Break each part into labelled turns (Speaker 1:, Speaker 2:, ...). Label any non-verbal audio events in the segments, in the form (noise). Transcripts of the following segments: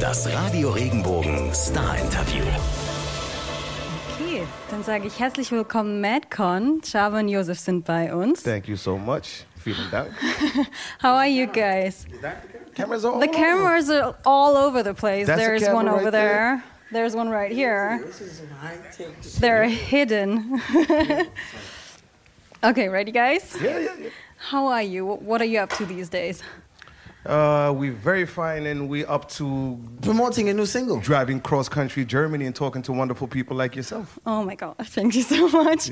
Speaker 1: Das Radio Regenbogen Star Interview.
Speaker 2: Okay, dann sage ich herzlich willkommen, MadCon. Chava und Josef sind bei uns.
Speaker 3: Thank you so much. Vielen
Speaker 4: (laughs)
Speaker 3: Dank.
Speaker 2: How are you guys?
Speaker 3: Cameras are
Speaker 2: The
Speaker 3: on.
Speaker 2: cameras are all over the place.
Speaker 3: Oh. That's a
Speaker 2: There's
Speaker 3: camera
Speaker 2: one
Speaker 3: right
Speaker 2: over there. There's one right here. They're hidden. okay, ready, guys?
Speaker 3: Yeah, yeah, yeah.
Speaker 2: How are you? Wh- What are you up to these days?
Speaker 3: Uh, we're very fine and we're up to
Speaker 4: Promoting a new single.
Speaker 3: driving cross country Germany and talking to wonderful people like yourself.
Speaker 2: Oh my God, (laughs) thank you so much.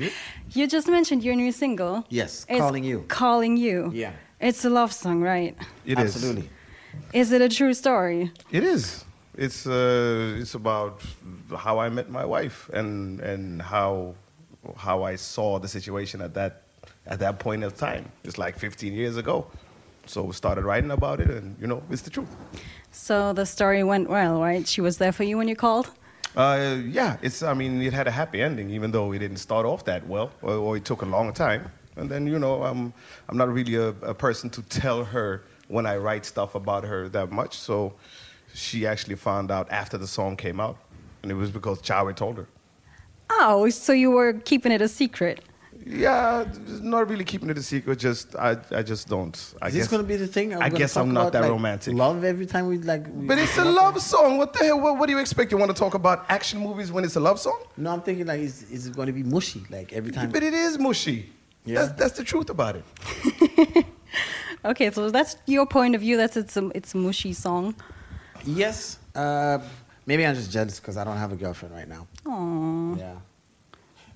Speaker 2: You just mentioned your new single.
Speaker 4: Yes,
Speaker 2: It's
Speaker 4: Calling You.
Speaker 2: Calling You.
Speaker 4: Yeah.
Speaker 2: It's a love song, right?
Speaker 3: It is.
Speaker 4: Absolutely.
Speaker 2: Is it a true story?
Speaker 3: It is. It's, uh, it's about how I met my wife and, and how, how I saw the situation at that, at that point of time. It's like 15 years ago. So we started writing about it and, you know, it's the truth.
Speaker 2: So the story went well, right? She was there for you when you called?
Speaker 3: Uh, yeah, it's. I mean, it had a happy ending, even though it didn't start off that well, or, or it took a long time. And then, you know, I'm, I'm not really a, a person to tell her when I write stuff about her that much. So she actually found out after the song came out, and it was because Chawi told her.
Speaker 2: Oh, so you were keeping it a secret.
Speaker 3: Yeah, just not really keeping it a secret. Just I, I just don't. I
Speaker 4: Is this
Speaker 3: guess-
Speaker 4: gonna be the thing?
Speaker 3: I
Speaker 4: gonna
Speaker 3: guess
Speaker 4: talk
Speaker 3: I'm not
Speaker 4: about,
Speaker 3: that
Speaker 4: like,
Speaker 3: romantic.
Speaker 4: Love every time we like. we-
Speaker 3: But it's a love song. What the hell? What, what do you expect? You want to talk about action movies when it's a love song?
Speaker 4: No, I'm thinking like, is, is it gonna be mushy? Like every time.
Speaker 3: But it is mushy.
Speaker 4: Yeah.
Speaker 3: That's, that's the truth about it.
Speaker 2: Okay, so that's your point of view. That's it's a, it's a mushy song.
Speaker 4: Yes. Uh, maybe I'm just jealous because I don't have a girlfriend right now.
Speaker 2: Aww.
Speaker 4: Yeah.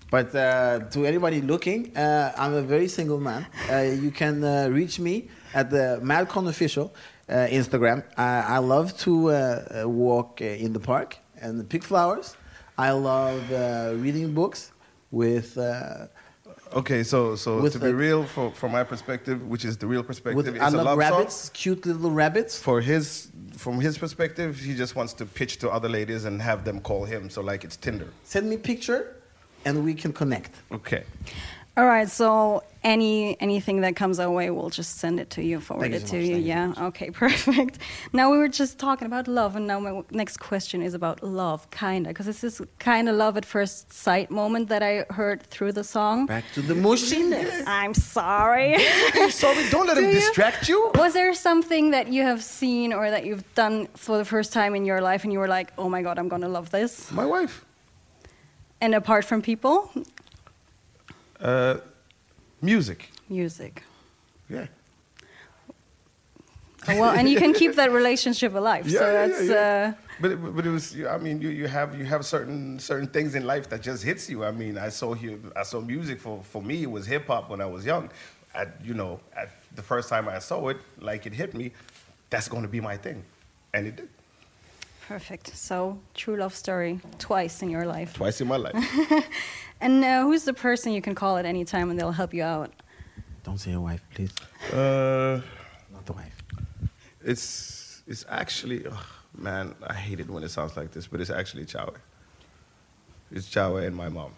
Speaker 4: But uh, to anybody looking, uh, I'm a very single man. Uh, you can uh, reach me at the Malcolm Official uh, Instagram. I, I love to uh, uh, walk uh, in the park and pick flowers. I love uh, reading books with. Uh,
Speaker 3: Okay, so so
Speaker 4: With
Speaker 3: to be
Speaker 4: a-
Speaker 3: real, for, from my perspective, which is the real perspective,
Speaker 4: with
Speaker 3: it's
Speaker 4: I
Speaker 3: a
Speaker 4: love,
Speaker 3: love
Speaker 4: rabbits,
Speaker 3: song.
Speaker 4: cute little rabbits.
Speaker 3: For his, from his perspective, he just wants to pitch to other ladies and have them call him. So like it's Tinder.
Speaker 4: Send me picture, and we can connect.
Speaker 3: Okay.
Speaker 2: All right, so any anything that comes our way, we'll just send it to you, forward
Speaker 4: Thank you
Speaker 2: it
Speaker 4: so
Speaker 2: to
Speaker 4: much,
Speaker 2: you.
Speaker 4: thank you
Speaker 2: yeah. okay, (laughs) perfect. Now we were just talking about love, and now my w- next question is about love, kinda, because this is kinda love at first sight moment that I heard through the song.
Speaker 4: Back to the mushy.
Speaker 2: I'm sorry. (laughs)
Speaker 3: Sorry, don't let him
Speaker 2: Do you-
Speaker 3: distract you.
Speaker 2: Was there something that you have seen or that you've done for the first time in your life and you were like, oh my God, I'm going to love this?
Speaker 3: My wife,
Speaker 2: And apart from people,
Speaker 3: music.
Speaker 2: music.
Speaker 3: Yeah.
Speaker 2: Oh, Well, and you can keep that relationship alive. so that's. Uh,
Speaker 3: But it, but it was. you- I mean, you, you have you have certain certain things in life that just hits you. I mean, I saw here, I saw music for for me. It was hip hop when I was young. I, you know, at the first time I saw it, like it hit me. That's going to be my thing, and it did
Speaker 2: perfect. So, true love story twice in your life.
Speaker 3: twice in my life.
Speaker 2: (laughs) And uh, who's the person you can call at any time and they'll help you out?
Speaker 4: Don't say your wife, please.
Speaker 3: uh,
Speaker 4: Not the wife.
Speaker 3: it's it's actually, ugh, man, I hate it when it sounds like this, but it's actually Chawe. It's Chawe and my mom.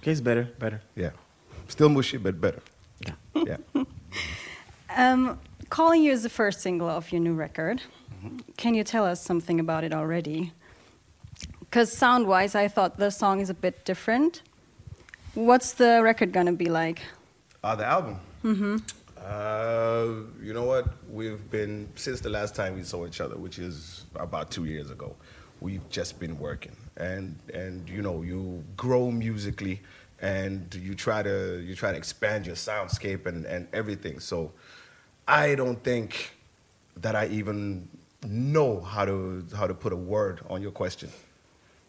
Speaker 4: Okay, it's better, better.
Speaker 3: Yeah, still mushy, but better.
Speaker 4: Yeah.
Speaker 3: Yeah.
Speaker 2: Um, Calling You is the first single of your new record. Can you tell us something about it already? Because sound wise, I thought the song is a bit different. What's the record going to be like?
Speaker 3: Uh, the album. Mm-hmm. Uh, you know what? We've been since the last time we saw each other, which is about two years ago. We've just been working, and and you know you grow musically, and you try to you try to expand your soundscape and and everything. So, I don't think that I even know how to how to put a word on your question.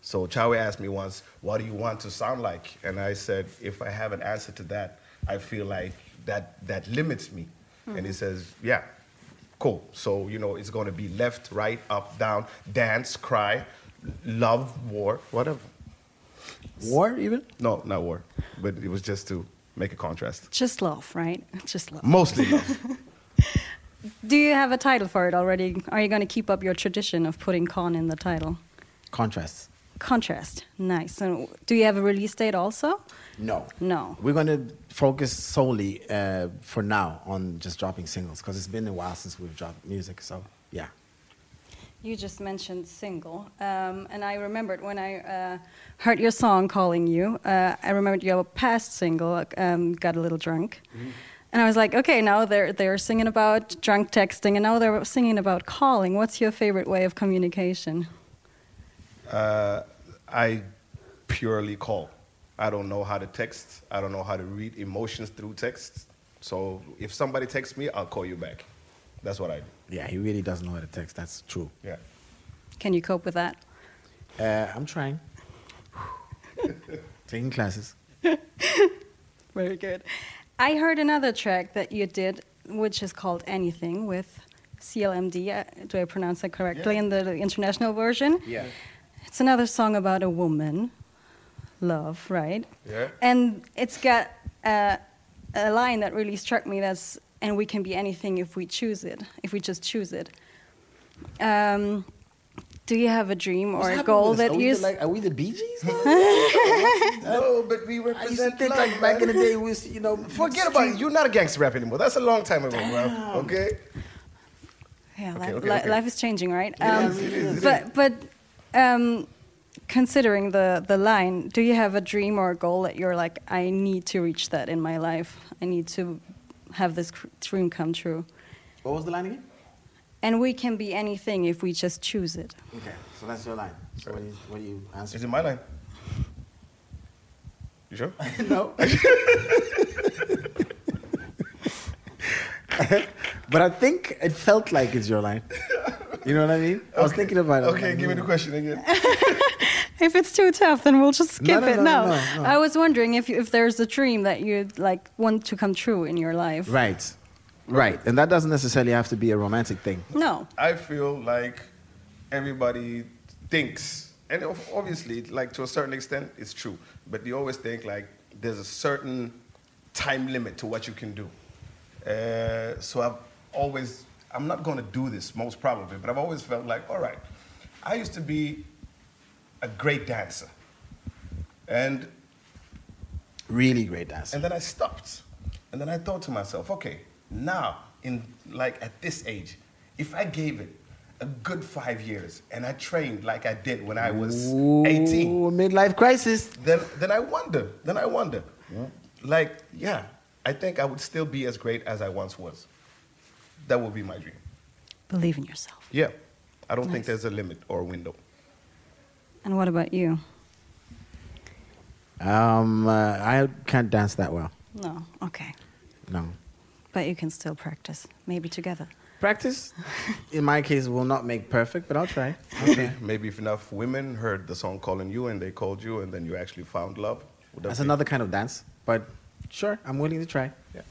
Speaker 3: So Chawe asked me once, "What do you want to sound like?" And I said, "If I have an answer to that, I feel like that that limits me." And he says, "Yeah, cool. So you know, it's going to be left, right, up, down, dance, cry, love, war, whatever.
Speaker 4: War even?
Speaker 3: No, not war, but it was just to make a contrast.
Speaker 2: Just love, right? Just love.
Speaker 3: Mostly love.
Speaker 2: Do you have a title for it already? Are you going to keep up your tradition of putting con in the title?
Speaker 4: Contrasts.
Speaker 2: Contrast. Nice. And do you have a release date also?
Speaker 4: No.
Speaker 2: No.
Speaker 4: We're going to focus solely uh, for now on just dropping singles because it's been a while since we've dropped music. So, yeah.
Speaker 2: You just mentioned single, um, and I remembered when I uh, heard your song "Calling You." Uh, I remembered your past single, um, "Got a Little Drunk," and I was like, "Okay, now they're they're singing about drunk texting, and now they're singing about calling. What's your favorite way of communication?"
Speaker 3: Uh, I purely call. I don't know how to text. I don't know how to read emotions through text. So if somebody texts me, I'll call you back. That's what I do.
Speaker 4: Yeah, he really doesn't know how to text. That's true.
Speaker 3: Yeah.
Speaker 2: Can you cope with that?
Speaker 4: Uh, I'm (laughs) trying. Taking classes.
Speaker 2: Very good. I heard another track that you did, which is called Anything with CLMD. Uh, Do I pronounce that correctly
Speaker 3: Yeah.
Speaker 2: in the international version?
Speaker 4: Yeah.
Speaker 2: It's another song about a woman, love, right?
Speaker 3: Yeah.
Speaker 2: And it's got uh, a line that really struck me that's, and we can be anything if we choose it, if we just choose it. Um, do you have a dream or a goal that
Speaker 4: are
Speaker 2: you.
Speaker 4: We
Speaker 2: s-
Speaker 4: the, like, are we the Bee (laughs) Gees? now?
Speaker 3: No, but we
Speaker 4: Uh, I used to
Speaker 3: represent
Speaker 4: think
Speaker 3: love,
Speaker 4: like back in
Speaker 3: man.
Speaker 4: the day, we was, you (laughs) know,
Speaker 3: Forget about it. You're not a gangster rap anymore. That's a long time ago, bro. Okay?
Speaker 2: Yeah,
Speaker 3: Okay,
Speaker 2: li-
Speaker 3: okay,
Speaker 2: li-
Speaker 3: okay.
Speaker 2: life is changing, right? Um,
Speaker 4: is, it is, it
Speaker 2: but but um, considering the the line, do you have a dream or a goal that you're like, I need to reach that in my life. I need to have this cr- dream come true.
Speaker 4: What was the line again?
Speaker 2: And we can be anything if we just choose it.
Speaker 4: Okay, so that's your line. So what do you, what do you answer?
Speaker 3: Is it my line? You (laughs) sure?
Speaker 4: no. but I think it felt like it's your line. You know what I mean? I was thinking about it. I was
Speaker 3: Okay,
Speaker 4: like,
Speaker 3: give me the
Speaker 4: hmm.
Speaker 3: question again.
Speaker 2: If it's too tough, then we'll just
Speaker 4: No,
Speaker 2: skip
Speaker 4: no,
Speaker 2: it.
Speaker 4: no, no, no.
Speaker 2: I was wondering if you, if there's a dream that you like want to come true in your life.
Speaker 4: Right. Right. And that doesn't necessarily have to be a romantic thing.
Speaker 2: No.
Speaker 3: I feel like everybody thinks, and ob- obviously, like to a certain extent, it's true. But you always think like there's a certain time limit to what you can do. Uh, so I've always, I'm not going to do this most probably, but I've always felt like, all right, I used to be a great dancer, and
Speaker 4: Really great dancer.
Speaker 3: and then I stopped. And then I thought to myself, okay, now in like at this age, if I gave it a good five years and I trained like I did when I was 18,
Speaker 4: Ooh, midlife crisis.
Speaker 3: then then I wonder, then I wonder. Like, yeah, I think I would still be as great as I once was. That would be my dream.
Speaker 2: Believe in yourself.
Speaker 3: Yeah. I don't think
Speaker 2: Nice.
Speaker 3: there's a limit or a window.
Speaker 2: And what about you?
Speaker 4: Um, uh, I can't dance that well.
Speaker 2: No. Okay.
Speaker 4: No.
Speaker 2: But you can still practice, maybe together.
Speaker 4: Practice, in my case, will not make perfect, but I'll try.
Speaker 3: Maybe, (laughs) maybe if enough women heard the song calling you and they called you and then you actually found love. Would that
Speaker 4: That's
Speaker 3: be-
Speaker 4: another kind of dance, but sure, I'm willing to try.
Speaker 3: Yeah.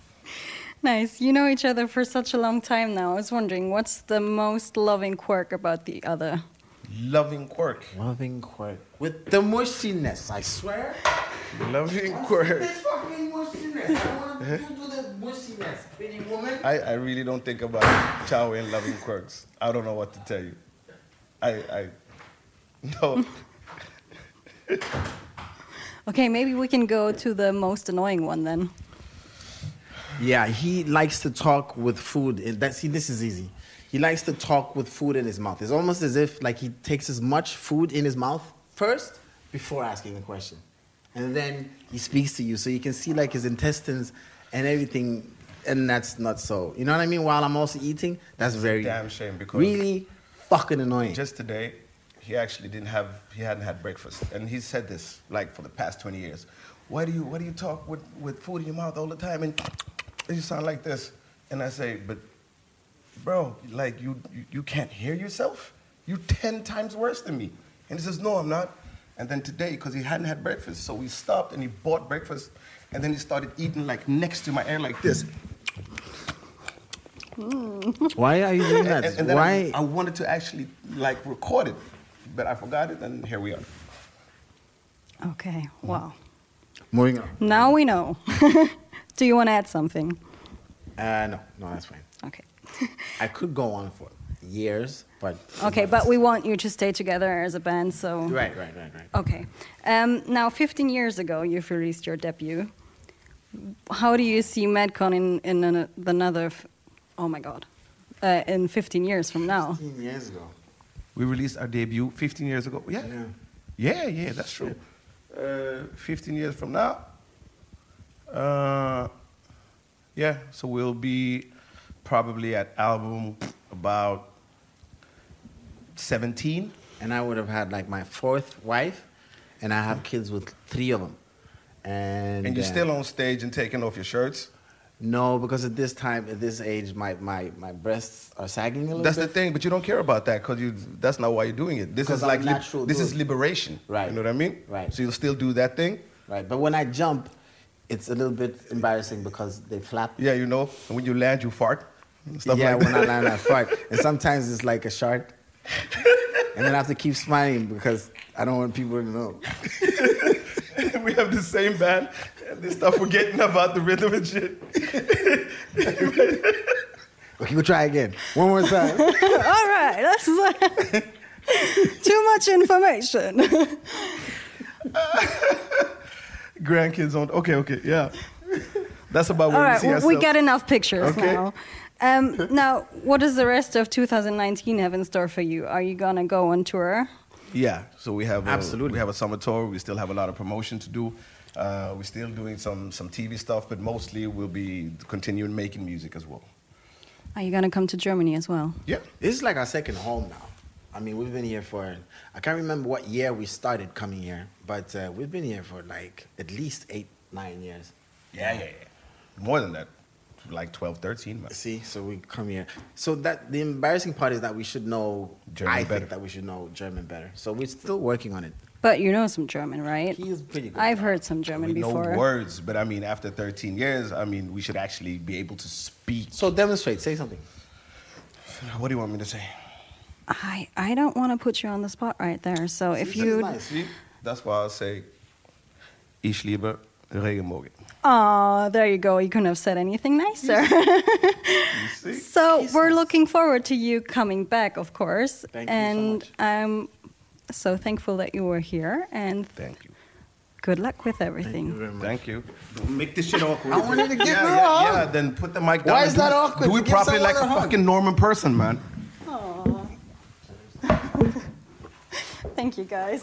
Speaker 2: Nice. You know each other for such a long time now. I was wondering, what's the most loving quirk about the other?
Speaker 3: Loving quirk.
Speaker 4: Loving quirk with the mushiness, I swear.
Speaker 3: Loving quirk.
Speaker 4: fucking mushiness. I want to do the mushiness, pretty woman.
Speaker 3: I, I really don't think about Chow and loving quirks. I don't know what to tell you. I, I (laughs) no.
Speaker 2: Okay, maybe we can go to the most annoying one then.
Speaker 4: Yeah, he likes to talk with food. in- That see, this is easy. He likes to talk with food in his mouth. It's almost as if like he takes as much food in his mouth first before asking the question, and then he speaks to you, so you can see like his intestines and everything. And that's not so. You know what I mean? While I'm also eating, that's very
Speaker 3: damn shame because-
Speaker 4: really fucking annoying.
Speaker 3: Just today, he actually didn't have he hadn't had breakfast. And he said this like for the past twenty years. Why do you why do you talk with, with food in your mouth all the time and you sound like this? And I say, but bro, like you, you you can't hear yourself? You're ten times worse than me. And he says, No, I'm not. And then today, because he hadn't had breakfast, so we stopped and he bought breakfast and then he started eating like next to my ear like this.
Speaker 4: Why are you
Speaker 3: And,
Speaker 4: doing
Speaker 3: (laughs)
Speaker 4: that?
Speaker 3: and- and then
Speaker 4: Why?
Speaker 3: I, I wanted to actually like record it, but I forgot it, and here we are.
Speaker 2: Okay, wow.
Speaker 4: Moving on.
Speaker 2: Now we know. (laughs) Do you want to add something?
Speaker 4: Uh, no, no, that's fine.
Speaker 2: Okay.
Speaker 4: I could go on for years, but
Speaker 2: Okay, but we want you to stay together as a band, so.
Speaker 4: right, right, right, right.
Speaker 2: Okay. Um, now, 15 years ago, you've released your debut. How do you see Madcon in, in an,
Speaker 3: (laughs)
Speaker 2: another. F- oh my god. Uh, in 15 years from now?
Speaker 4: 15 years ago.
Speaker 3: We released our debut 15 years ago. Yeah.
Speaker 4: Yeah.
Speaker 3: Yeah, yeah, that's true. Uh, 15 years from now. Uh, yeah, so we'll be probably at album about 17.
Speaker 4: and I would have had like my fourth wife, and I have kids with three of them. And,
Speaker 3: And you're
Speaker 4: uh,
Speaker 3: still on stage and taking off your shirts.
Speaker 4: No, because at this time, at this age, my, my, my breasts are sagging a little
Speaker 3: That's the
Speaker 4: bit.
Speaker 3: thing, but you don't care about that because you that's not why you're doing it. This
Speaker 4: 'Cause
Speaker 3: is
Speaker 4: I'm
Speaker 3: like lib-
Speaker 4: natural
Speaker 3: this
Speaker 4: dude.
Speaker 3: is liberation.
Speaker 4: Right.
Speaker 3: You know what I mean?
Speaker 4: Right.
Speaker 3: So you'll still do that thing.
Speaker 4: Right, but when I jump, it's a little bit embarrassing because they flap.
Speaker 3: Yeah, you know. And when you land, you fart. and Stuff
Speaker 4: yeah,
Speaker 3: like
Speaker 4: when
Speaker 3: that.
Speaker 4: I land, I fart,
Speaker 3: (laughs)
Speaker 4: and sometimes it's like a shark, and then I have to keep smiling because I don't want people to know.
Speaker 3: (laughs) we have the same band and they start forgetting about the rhythm and shit.
Speaker 4: Okay, we'll try again one more time.
Speaker 2: All right, that's (laughs) too much information. (laughs)
Speaker 3: Grandkids on. Okay, okay, yeah. That's about where
Speaker 2: All
Speaker 3: we
Speaker 2: right,
Speaker 3: see
Speaker 2: we-
Speaker 3: ourselves.
Speaker 2: we got enough pictures
Speaker 3: Okay.
Speaker 2: now. Um, now, what does the rest of 2019 have in store for you? Are you gonna go on tour?
Speaker 3: Yeah, so we have a,
Speaker 4: Absolutely.
Speaker 3: we have a summer tour. We still have a lot of promotion to do. Uh, we're still doing some some TV stuff, but mostly we'll be continuing making music as well.
Speaker 2: Are you gonna come to Germany as well?
Speaker 3: Yeah,
Speaker 4: This is like our second home now. I mean, we've been here for, I can't remember what year we started coming here, but uh, we've been here for like at least eight, nine years.
Speaker 3: yeah, yeah, yeah. More than that, like 12, 13 man.
Speaker 4: See, so we come here. So that the embarrassing part is that we should know,
Speaker 3: German
Speaker 4: I
Speaker 3: better.
Speaker 4: think that we should know German better. So we're still working on it.
Speaker 2: But you know some German, right?
Speaker 4: He is pretty good.
Speaker 2: I've heard some German
Speaker 3: We know
Speaker 2: before.
Speaker 3: words, but I mean, after 13 years, I mean, we should actually be able to speak.
Speaker 4: So demonstrate, say something.
Speaker 3: What do you want me to say?
Speaker 2: I I don't want to put you on the spot right there. So if
Speaker 4: that's
Speaker 2: you,
Speaker 4: nice.
Speaker 3: See, that's why I say, ich liebe Regenbogen.
Speaker 2: oh, there you go. You couldn't have said anything (laughs) nicer.
Speaker 3: You see?
Speaker 2: so we're looking forward to you coming back, of course.
Speaker 4: Thank you so
Speaker 2: and
Speaker 4: much.
Speaker 2: I'm so thankful that you were here. And
Speaker 3: Thank you.
Speaker 2: good luck with everything.
Speaker 3: Thank you. Make this shit awkward.
Speaker 4: I wanted to give
Speaker 3: yeah,
Speaker 4: her a
Speaker 3: yeah,
Speaker 4: hug.
Speaker 3: yeah, then put the mic down.
Speaker 4: Why
Speaker 3: and
Speaker 4: is
Speaker 3: do
Speaker 4: that
Speaker 3: it-
Speaker 4: awkward?
Speaker 3: Do it
Speaker 4: Give
Speaker 3: properly
Speaker 4: someone
Speaker 3: like a
Speaker 4: a hug.
Speaker 3: fucking Norman person, man.
Speaker 2: Thank you, guys.